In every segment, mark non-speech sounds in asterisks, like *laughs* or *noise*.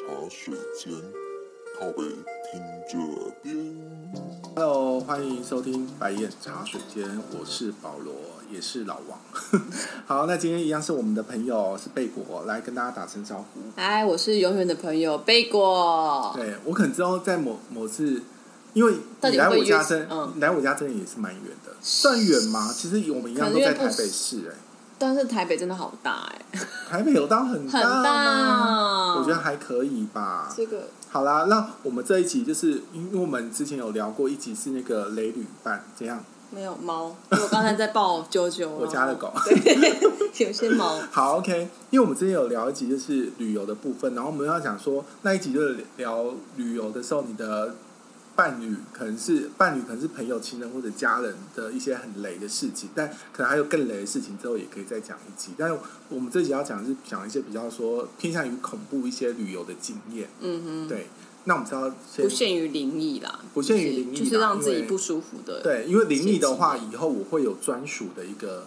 间，靠北听这边。 Hello，欢迎收听白眼茶水间，我是保罗，也是老王。 *laughs* 好，那今天一样是我们的朋友是贝果来跟大家打声招呼。嗨，我是永远的朋友贝果。对我可能知道在某某次，因为到你底来会我不会家约真，嗯你来我家真的也是蛮远的，算远吗？其实我们一样都可能在因为台不北市、哎，但是台北真的好大哎、台北有到很很大吗？大。我觉得还可以吧。这个好啦，那我们这一集就是因为我们之前有聊过一集是那个雷旅伴，怎样？没有猫，因为我刚才在抱啾啾。我家的狗。有些猫， *laughs* 好，OK，因为我们之前有聊一集就是旅游的部分，然后我们要讲说那一集就是聊旅游的时候，你的伴侣可能是伴侣，可能是朋友、亲人或者家人的一些很雷的事情，但可能还有更雷的事情，之后也可以再讲一集。但是我们这集要讲的是讲一些比较说偏向于恐怖一些旅游的经验，嗯哼，对。那我们知道先不限于灵异啦，不限于灵异啦就是让自因己为不舒服的。对，因为灵异的话，先以后我会有专属的一个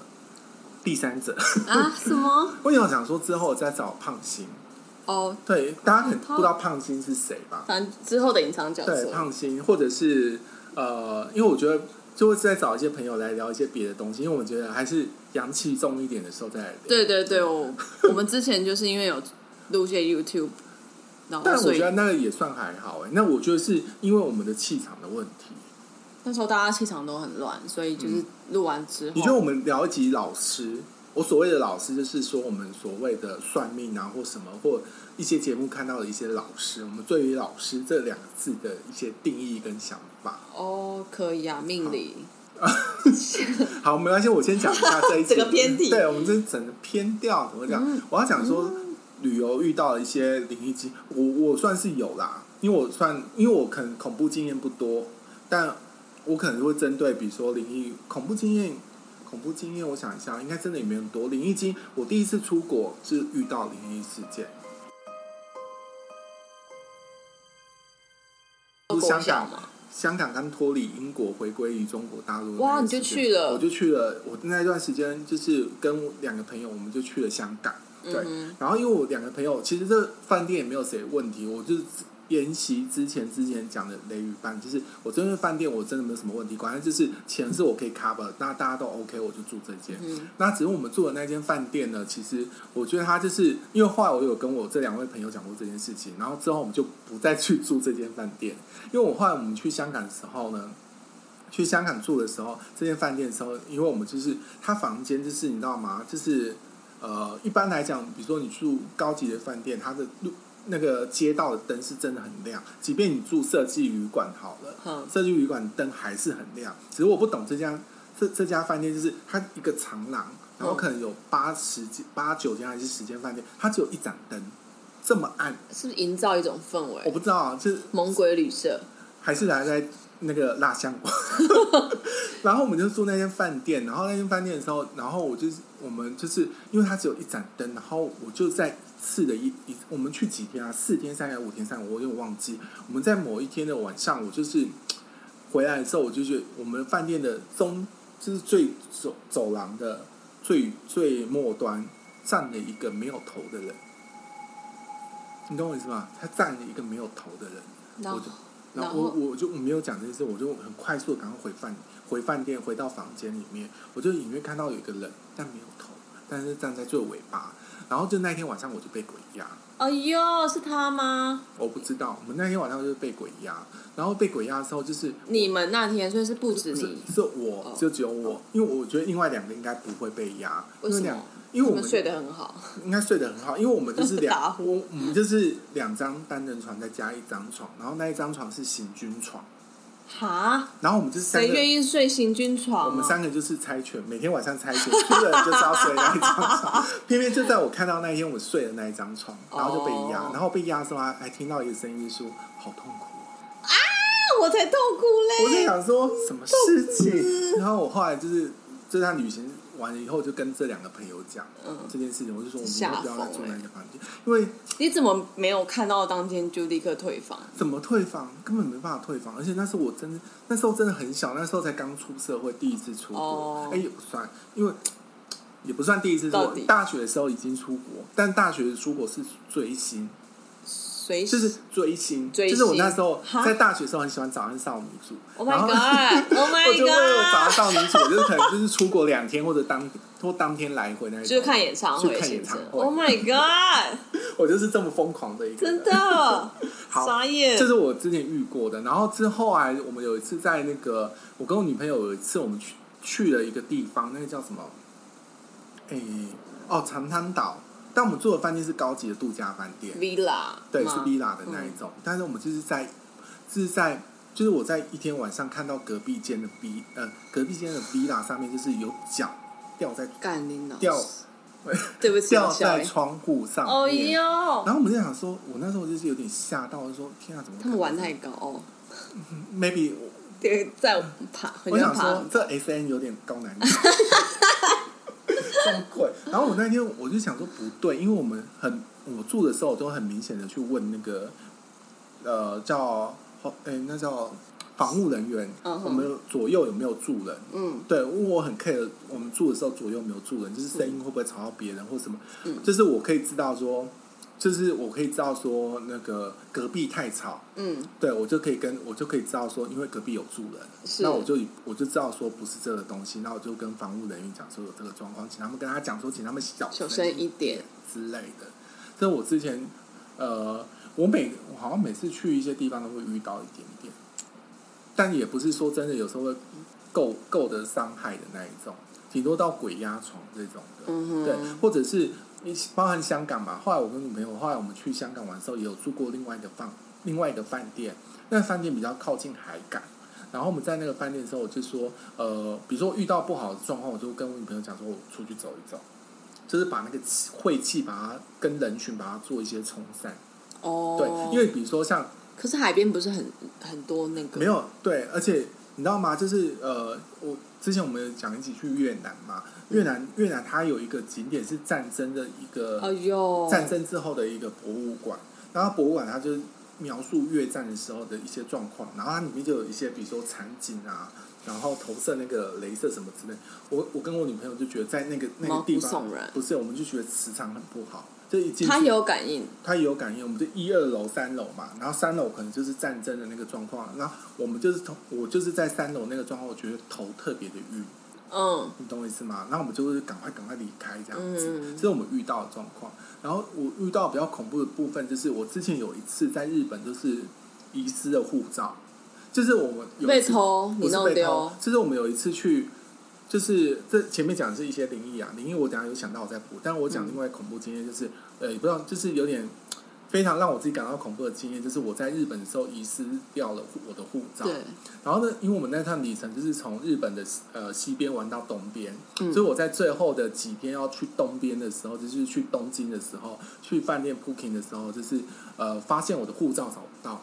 第三者。啊，什么？我有想说之后再找胖星。 *laughs* 哦，对，大家可能不知道胖星是谁吧？反正之后的隐藏角对，色。胖星或者是呃，因为我觉得就会再找一些朋友来聊一些别的东西，因为我觉得还是阳气重一点的时候再来聊。对对对，我我们之前就是因为有录一些 YouTube，然后但我所觉以得那个也算还好哎、那我觉得是因为我们的气场的问题。哦那时候大家气场都很乱，所以就是录完之后，你觉得我们聊一集老师，我所谓的老师就是说我们所谓的算命啊，或什么，或一些节目看到的一些老师，我们对于老师这两个字的一些定义跟想法。哦，可以啊，命理。好，没关系，我先讲一 *laughs* 下这一集整个偏题嗯对，我们这整个偏调怎么讲？我要讲说旅游遇到的一些灵异经，我我算是有啦，因为我算，因为我可能恐怖经验不多，但我可能会针对比如说灵异恐怖经验。恐怖经验，我想一下，应该真的也没有很多。灵异经，我第一次出国是遇到灵异事件，都就是香国小港嘛，香港刚脱离英国回归于中国大陆的那个哇你就时间去了我就去了。我那段时间就是跟两个朋友，我们就去了香港。对，嗯然后因为我两个朋友，其实这饭店也没有谁问题，我就是沿袭之前之前讲的雷雨班，就是我这边饭店我真的没有什么问题，管正就是钱是我可以 cover，那大家都 OK，我就住这间。嗯，那只是我们住的那间饭店呢，其实我觉得它就是因为后来我有跟我这两位朋友讲过这件事情，然后之后我们就不再去住这间饭店，因为我后来我们去香港的时候呢，去香港住的时候，这间饭店的时候，因为我们就是它房间就是你知道吗？就是呃，一般来讲，比如说你住高级的饭店，它的路那个街道的灯是真的很亮，即便你住设计旅馆好了。哼，社区旅馆灯还是很亮，只是我不懂这家这这家饭店，就是它一个长廊，然后可能有八十间、八九间还是十间饭店，它只有一盏灯，这么暗，是不是营造一种氛我围？不知道啊，就是猛鬼旅社，还是来在那个蜡像馆。然后我们就住那间饭店，然后那间饭店的时候，然后我就是我们就是因为它只有一盏灯，然后我就在次的一一我们去几天啊，四天三夜、五天三夜，我有点忘记。我们在某一天的晚上，我就是回来的时候，我就觉得我们饭店的中就是最走走廊的最最末端站了一个没有头的人，你懂我意思吗？他站了一个没有头的人。然后我就然然后我后我就我没有讲这件事，我就很快速的赶快回饭回饭店回到房间里面，我就隐约看到有一个人，但没有头，但是站在最尾巴。然后就那天晚上我就被鬼压，哎呦，是他吗？我不知道，我们那天晚上就是被鬼压。然后被鬼压的时候，就是你们那天所以是不止不是你，是我哦就只有我，因为我觉得另外两个应该不会被压，因为为什两么因为我你们睡得很好，应该睡得很好，因为我们就是 *laughs* 打两，呼我我们就是两张单人床再加一张床，然后那一张床是行军床，哈？然后我们就是三谁个愿意睡行军床啊？我们三个就是猜拳，每天晚上猜拳， *laughs* 输的人就是要睡那一张床。偏偏就在我看到那一天，我睡的那一张床，然后就被压哦然后被压的时候还还听到一个声音就说：“好痛苦、哦。”那我才痛苦嘞！我就想说什么事嗯情，然后我后来就是这趟旅行完了以后，就跟这两个朋友讲、嗯这件事情，我就说我们以吓后不要再疯住那欸个房间，因为你怎么没有看到当天就立刻退房？怎么退房根本没办法退房，而且那时候我真的那时候真的很小，那时候才刚出社会，第一次出国，哎、哦也不算，因为也不算第一次出到国底，大学的时候已经出国，但大学出国是追星，随就是追星，追就是我星那时候哈在大学的时候很喜欢早安少女组 Oh 然 my 后 *laughs* god！Oh 我 my 就为了早安 god！少女组，我就是可能就是出国两天或者当或当天来回那一种，就是看演唱去会，看是演不唱是会？Oh my god！我就是这么疯狂的一个人，真的， *laughs* 好傻眼这。是我之前遇过的。然后之后啊，我们有一次在那个，我跟我女朋友有一次我们去去了一个地方，那个叫什么？诶、哦，长滩岛。但我们住的饭店是高级的度假饭店， villa 对，是嗯吗嗯 villa 的那一种。但是我们就是在，就是在，就是我在一天晚上看到隔壁间的 v 呃隔壁间的 villa 上面就是有脚掉在干你脑掉对不起，掉我在笑欸窗户上哦面。哟，然后我们就想说，我那时候就是有点吓到，就说天啊，怎么他们玩太太高哦， maybe 对，在爬，很我想像爬说，这 S N 有点高难度，这么贵。然后我那天我就想说不对，因为我们很我住的时候都很明显的去问那个呃叫哎、那叫防务人员嗯哼我们左右有没有住人？嗯，对，因为我很 care 我们住的时候左右有没有住人，就是声音会不会吵到别人或什么，嗯就是我可以知道说，就是我可以知道说那个隔壁太吵，嗯，对，我就可以跟我就可以知道说，因为隔壁有住人，是那我就我就知道说不是这个东西，那我就跟房务人员讲说有这个状况，请他们跟他讲说，请他们小小声一点，之类的。这我之前呃，我每我好像每次去一些地方都会遇到一点点，但也不是说真的有时候会够够得伤害的那一种，顶多到鬼压床这种的。嗯哼，对，或者是一起包含香港嘛。后来我跟女朋友，后来我们去香港玩的时候，也有住过另外一个饭另外一个饭店，那个饭店比较靠近海港。然后我们在那个饭店的时候，我就说，呃，比如说遇到不好的状况，我就跟我女朋友讲说，我出去走一走，就是把那个气晦气，把它跟人群把它做一些冲散。哦，对，因为比如说像可是海边不是很很多那个没有对，而且你知道吗？就是呃，我之前我们有讲一起去越南嘛，越南越南它有一个景点是战争的一个哎呦，战争之后的一个博物馆，然后博物馆它就是描述越战的时候的一些状况，然后它里面就有一些比如说场景啊，然后投射那个镭射什么之类。我我跟我女朋友就觉得在那个那毛个骨地方悚然不是，我们就觉得磁场很不好，就一进去他有感应，它也有感应，我们就一二楼、三楼嘛，然后三楼可能就是战争的那个状况，然后我们就是头我就是在三楼那个状况，我觉得头特别的晕，嗯，你懂我意思吗？那我们就是赶快赶快离开这样子，嗯这是我们遇到的状况。然后我遇到比较恐怖的部分，就是我之前有一次在日本就是遗失的护照，就是我们有一被次偷，不你是弄被丢偷，，就是我们有一次去，就是这前面讲的是一些灵异啊，灵异我等一下有想到我再补，但我嗯讲另外恐怖经验就是，呃，也不知道，就是有点非常让我自己感到恐怖的经验，就是我在日本的时候遗失掉了我的护照，对，然后呢，因为我们那趟旅程就是从日本的呃西边玩到东边，嗯所以我在最后的几天要去东边的时候，就是去东京的时候，去饭店 booking 的时候，就是呃发现我的护照找不到，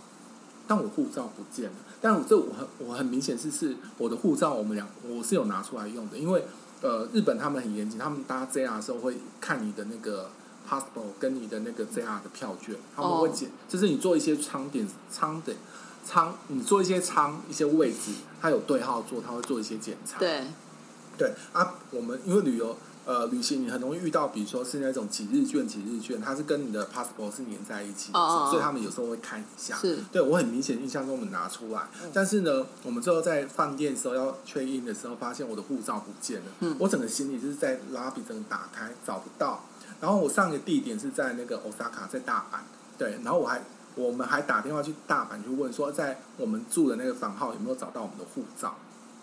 但我护照不见了。但我这我很我很明显是是我的护照，我们俩我是有拿出来用的，因为呃日本他们很严谨，他们搭 JR 的时候会看你的那个 passport 跟你的那个 JR 的票券，他们会哦检，就是你做一些仓点仓点。仓，你做一些仓一些位置，它有对号做，它会做一些检查。对，对啊，我们因为旅游呃旅行，你很容易遇到，比如说是那种几日券、几日券，它是跟你的 passport 是连在一起的，哦哦哦所以他们有时候会看一下。是嗯对我很明显印象中我们拿出来，但是呢，我们最后在饭店的时候要 check in 的时候，发现我的护照不见了。嗯我整个行李就是在拉比整个打开找不到，然后我上个地点是在那个 Osaka，在大阪。对，然后我还我们还打电话去大阪去问说，在我们住的那个房号有没有找到我们的护照？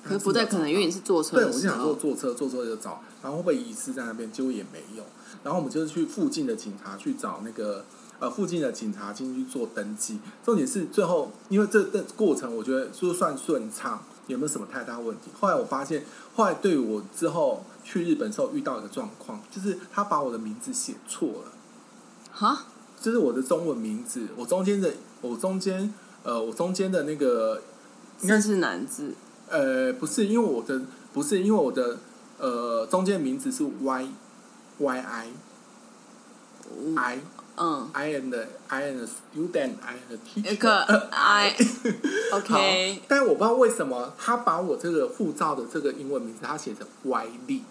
可是不太可能，因为你是哦坐车对，我的就时想说候，坐车，坐车就找，然后会不会遗失在那边？结果也没有。然后我们就是去附近的警察去找那个呃附近的警察进去做登记。重点是最后，因为这这过程我觉得就算顺畅，也没有什么太大问题。后来我发现，后来对我之后去日本的时候遇到一个状况，就是他把我的名字写错了。哈，就是我的中文名字，我中间的我中间呃我中间的那个应该这是男字，呃不是因为我的不是因为我的呃中间名字是 Y Y I 嗯 I 嗯 I am the I am the student I am the 一 teacher 个呃 I *laughs* 好 OK，但我不知道为什么他把我这嗯个护照的这个英文名字他写成 Y D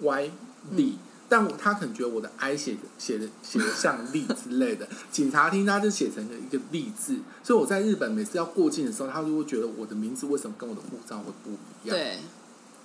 Y D，、但我他可能觉得我的 I 写的写的写的像 *laughs* 力之类的，警察厅他就写成了一个力字，所以我在日本每次要过境的时候，他就会觉得我的名字为什么跟我的护照会不一样？对，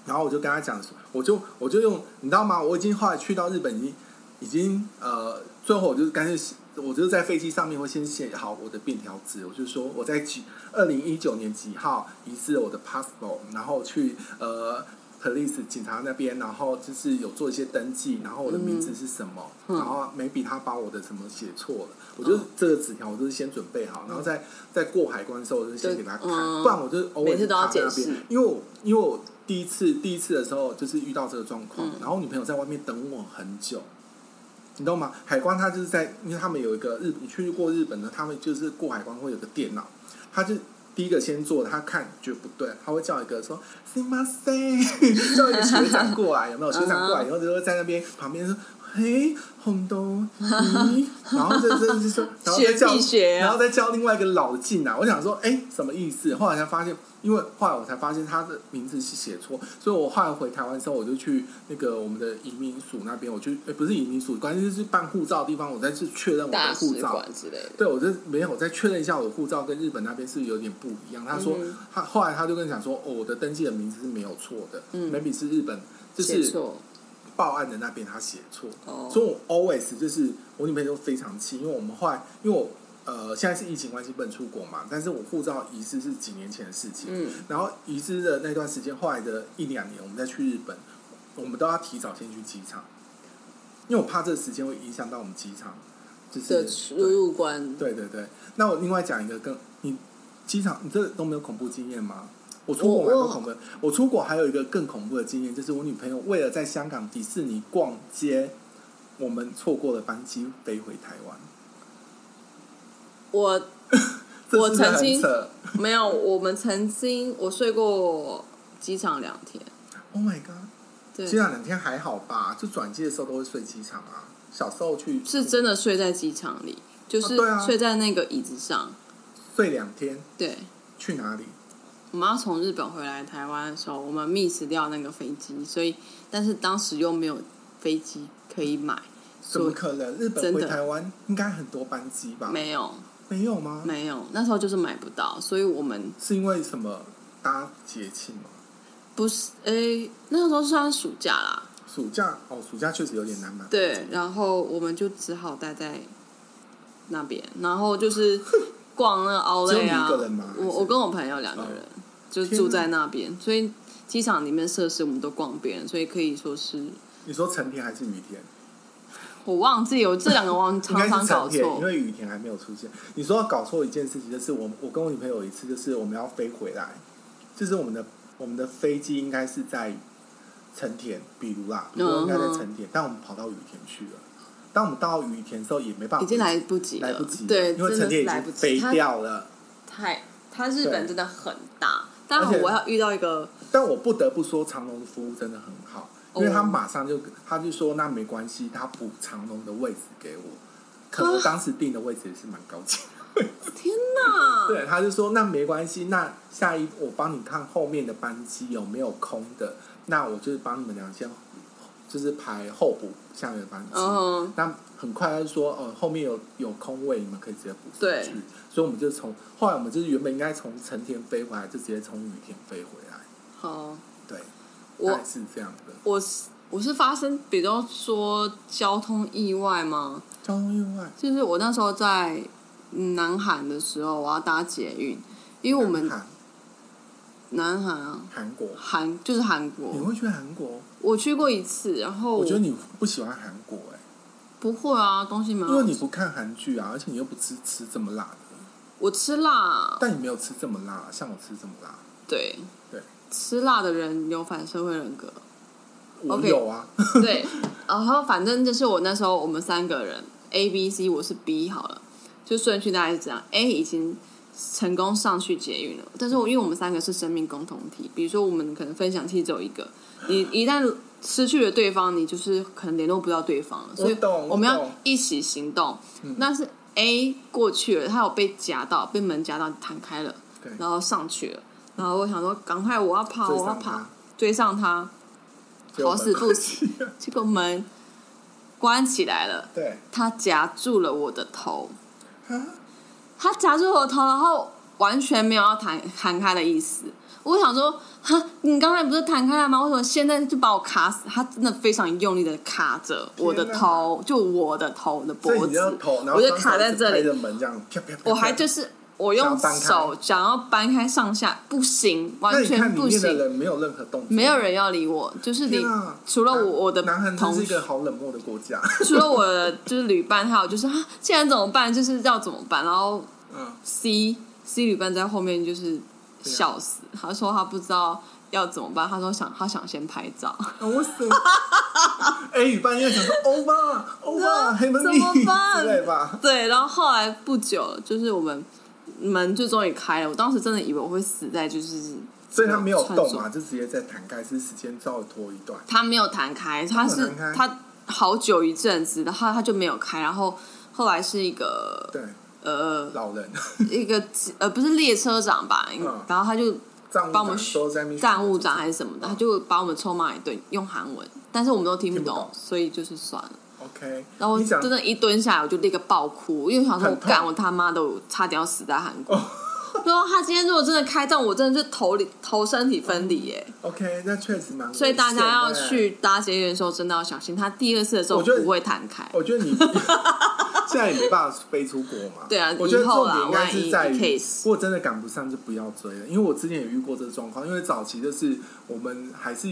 然后我就跟他讲，我就我就用，你知道吗？我已经后来去到日本，已经已经呃，最后我就干脆写，我就在飞机上面会先写好我的便条纸，我就说我在几二零一九年几号遗失了我的 passport，然后去呃 police 警察那边，然后就是有做一些登记，然后我的名字是什么，嗯然后 maybe 他把我的什么写错了，我就这个纸条我就是先准备好，然后在在过海关的时候我就先给他看，对嗯不然我就哦偶尔每次都要卡在那边解释因为我因为我第一次第一次的时候就是遇到这个状况，嗯然后女朋友在外面等我很久，你懂吗？海关他就是在，因为他们有一个日，你去过日本的，他们就是过海关会有个电脑，他就。第一个先做，他看觉得不对，他会叫一个说 s i m a s e *laughs* 叫一个学长过来，有没有？学长过来以后就会在那边旁边说，嘿，红东，咦，然后就就就说，然后再叫学必学啊然后再叫另外一个老进来。我想说，哎，什么意思？后来才发现，因为后来我才发现他的名字是写错，所以我后来回台湾之后，我就去那个我们的移民署那边，我去，哎，不是移民署，关键就是办护照的地方，我再去确认我大的护使照。馆之类的。对，我就没有我再确认一下我的护照跟日本那边是不是有点不一样。他说、嗯他后来他就跟你讲说，哦，我的登记的名字是没有错的、嗯 m a y b e 是日本，就写是错报案的那边他写错。哦，所以我 always 就是我女朋友都非常气，因为我们后来因为我呃现在是疫情关系不能出国嘛，但是我护照遗失是几年前的事情，嗯然后遗失的那段时间，后来的一两年我们再去日本，我们都要提早先去机场，因为我怕这个时间会影响到我们机场，就的是出入关对对对对。那我另外讲一个更你机场你这都没有恐怖经验吗？我出国我玩都我恐怖，我出国还有一个更恐怖的经验，就是我女朋友为了在香港迪士尼逛街，我们错过了班机飞回台湾。我这我是不是曾经很扯没有，我们曾经我睡过机场两天， ，Oh my god！对，机场两天还好吧？就转机的时候都会睡机场啊。小时候去是真的睡在机场里，就是啊对啊睡在那个椅子上。睡两天，对，去哪里？我们要从日本回来台湾的时候，我们 miss 掉那个飞机，所以但是当时又没有飞机可以买，怎么所以可能？日本真的回台湾应该很多班机吧？没有没有吗？没有，那时候就是买不到，所以我们是因为什么搭节庆吗？不是诶、那时候算暑假啦，暑假哦，暑假确实有点难买。对，然后我们就只好待在那边，然后就是逛那 *laughs* 奥只有莱你啊一个人吗，我还是我跟我朋友两个人、哦就住在那边，所以机场里面设施我们都逛遍了，所以可以说是你说成田还是雨田？我忘记我这两个 *laughs* 忘应该常常是搞成田，因错，为雨田还没有出现。你说搞错一件事情，就是我我跟我女朋友有一次，就是我们要飞回来，就是我们的我们的飞机应该是在成田，比如啦，比如应该在成嗯田，但我们跑到雨田去了。当我们到雨田的时候，也没办法，已经来不及了，来不及了，对，因为成真的田是已来经不飞及，它掉了。太它日本对真的很大，当而且然我要遇到一个但我不得不说，长隆的服务真的很好，因为他马上就他就说那没关系，他补长隆的位置给我。可能我当时订的位置也是蛮高级的，天 *laughs* 哪，对，他就说那没关系，那下一我帮你看后面的班机有没有空的，那我就是帮你们俩先就是排候补下面的班机。哦嗯哼，那很快他就说，呃，后面有有空位，你们可以直接补上对去。所以我们就从后来我们就是原本应该从成田飞回来，就直接从羽田飞回来。好，对，大我概是这样的。我是我是发生比较说交通意外吗？交通意外，就是我那时候在嗯南韩的时候，我要搭捷运，因为我们韩南韩啊，韩国，韩就是韩你国，会去韩国？我去过一次，然后我觉得你不喜欢韩国哎、不会啊，东西蛮因好为你吃，不看韩剧啊，而且你又不吃吃这么辣的，我吃辣，但你没有吃这么辣，像我吃这么辣，对对，吃辣的人有反社会人格，我 OK 有啊。 *laughs* 对，然后反正就是我那时候我们三个人 A、B、C，我是 B 好了，就顺序大概是这样。A 已经成功上去捷运了，但是嗯我因为我们三个是生命共同体，比如说我们可能分享器只有一个，你一旦失去了对方，你就是可能联络不到对方了，所以我懂嗯我们我要懂一起行动。但是 A 过去了，他有被夹到，被门夹到，弹开了，对，然后上去了，然后我想说赶快我要跑，追我要上跑他，，追上他。结果好死不很快这个门关起来了， *laughs* 对他夹住了我的头，啊，他夹住我的头，然后完全没有要弹弹开的意思。我想说，哈，你刚才不是弹开了吗？为什么现在就把我卡死？他真的非常用力的卡着我的天哪头，就我的头，我的所以脖你要子，头，然后我就卡在这开里着。门这样，啪啪啪啪我还就是我用手想要掰开上下，不行，那完你看全里不面的行，人没有任何动作，没有人要理我，就是天你啊。除了我我的南韩真同是一个学，好冷漠的国家，除了我的就是旅伴，还有就是啊，现在怎么办？就是要怎么办？然后嗯， C C 旅伴在后面就是笑死，他说他不知道要怎么办，他说想他想先拍照， *laughs* 啊我死 *laughs* 了。A 语伴应该想 *laughs* 说欧巴，欧巴，那黑门怎力么办之类吧？对，然后后来不久就是我们门就终于开了，我当时真的以为我会死在就是。所以他没有穿动梭嘛，就直接在弹开，是时间照拖一段。他没有弹开，他没有是弹开他好久一阵子，然后他就没有开，然后后来是一个对，呃老人一个呃不是列车长吧，嗯然后他就账 *laughs* 务帮我长们说在那边站务长还是什么的，他就把我们臭骂一顿，用韩文，但是我们都听不听懂不，懂所以就是算了。 OK，然后我你讲真的，一蹲下来，我就立刻爆哭，因为我想说我很痛干，我他妈的，我差点要死在韩国哦。然后他今天如果真的开战，我真的就头里头身体分离耶。 OK，那确实蛮危险的。所以大家要去搭捷运的时候，真的要小心，他第二次的时候我觉得不会弹开。我觉得 *laughs* 你现在也没办法飞出国嘛。对啊我觉得以后重啦点应该是在万一于 case，如果真的赶不上就不要追了。因为我之前也遇过这个状况，因为早期就是我们还是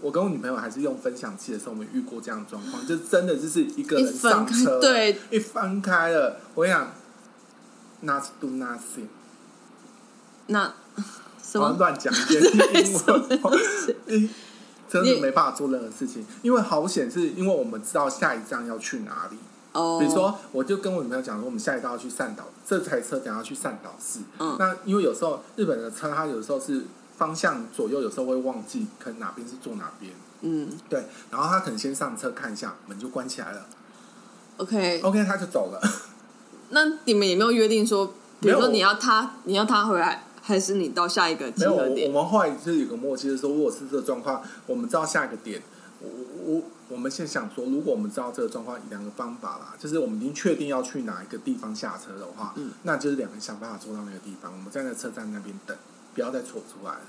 我跟我女朋友还是用分享器的时候，我们遇过这样的状 *gasps* 况，就真的就是一个一人分上开车，，对，一翻开了，我跟你讲，not do nothing。那什好像么？乱讲 *laughs* 一点英什么文， *laughs* 你真的没办法做任何事情，因为好险是因为我们知道下一站要去哪里。哦，比如说，我就跟我女朋友讲说，我们下一站要去善岛，这台车等下要去善岛市。嗯那因为有时候日本的车，它有时候是方向左右，有时候会忘记，可能哪边是坐哪边。嗯对，然后他可能先上车看一下，门就关起来了。 ，OK， OK，他就走了。那你们有没有约定说，比如没说有你要他，你要他回来，还是你到下一个没集有，合我我点？们后来就是有个默契，就是说，如果是这个状况，我们知道下一个点，我我我我们先想说，如果我们知道这个状况，两个方法啦，就是我们已经确定要去哪一个地方下车的话，嗯那就是两个人想办法坐到那个地方，我们站在车站那边等，不要再错出来了。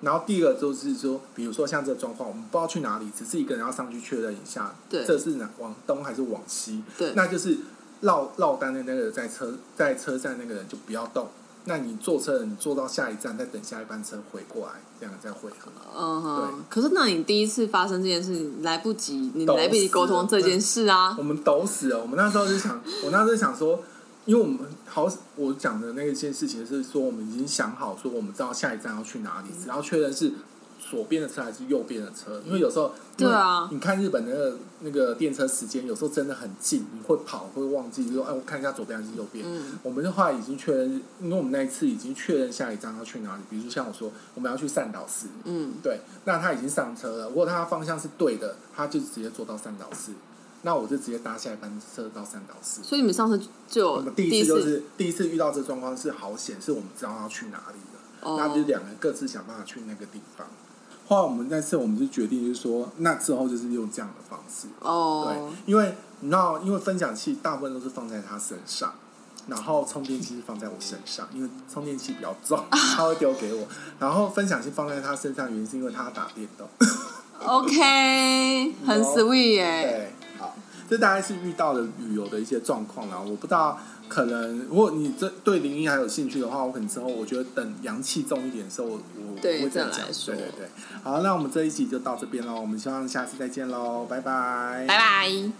然后第二个就是说，比如说像这个状况，我们不知道去哪里，只是一个人要上去确认一下，对这是哪往东还是往西，对那就是落落单的那个在车在车站那个人就不要动，那你坐车你坐到下一站再等下一班车回过来，这样再汇合。嗯哼，可是那你第一次发生这件事，你来不及，你懂来不及沟通这件事啊我。们抖死了。我们那时候就想， *laughs* 我那时候想说，因为我们好，我讲的那一件事情是说，我们已经想好说，我们知道下一站要去哪里，嗯只要确认是左边的车还是右边的车，因为有时候，对啊因为你看日本那个那个电车时间，有时候真的很近，你会跑会忘记，就说哎，我看一下左边还是右边。嗯我们的话已经确认，因为我们那一次已经确认下一站要去哪里，比如像我说，我们要去善岛市，嗯，对，那他已经上车了，如果他的方向是对的，他就直接坐到三岛市，那我就直接搭下一班车到三岛市。所以你们上次就我有们第第一次就是第一次遇到这状况是好险，是我们知道要去哪里了，哦那就两个人各自想办法去那个地方。后来我们那次我们就决定就是说，那之后就是用这样的方式，哦对，，因为你知道，因为分享器大部分都是放在他身上，然后充电器是放在我身上，因为充电器比较重，他会丢给我。然后分享器放在他身上，原因是因为他打电动。 OK，很有 sweet 耶。对，好，这大概是遇到了旅游的一些状况啦。我不知道，可能如果你这对灵异还有兴趣的话，我可能之后我觉得等阳气重一点的时候，我我对我会再再来讲。说对对对，好，那我们这一集就到这边喽，我们希望下次再见喽，拜拜，拜拜。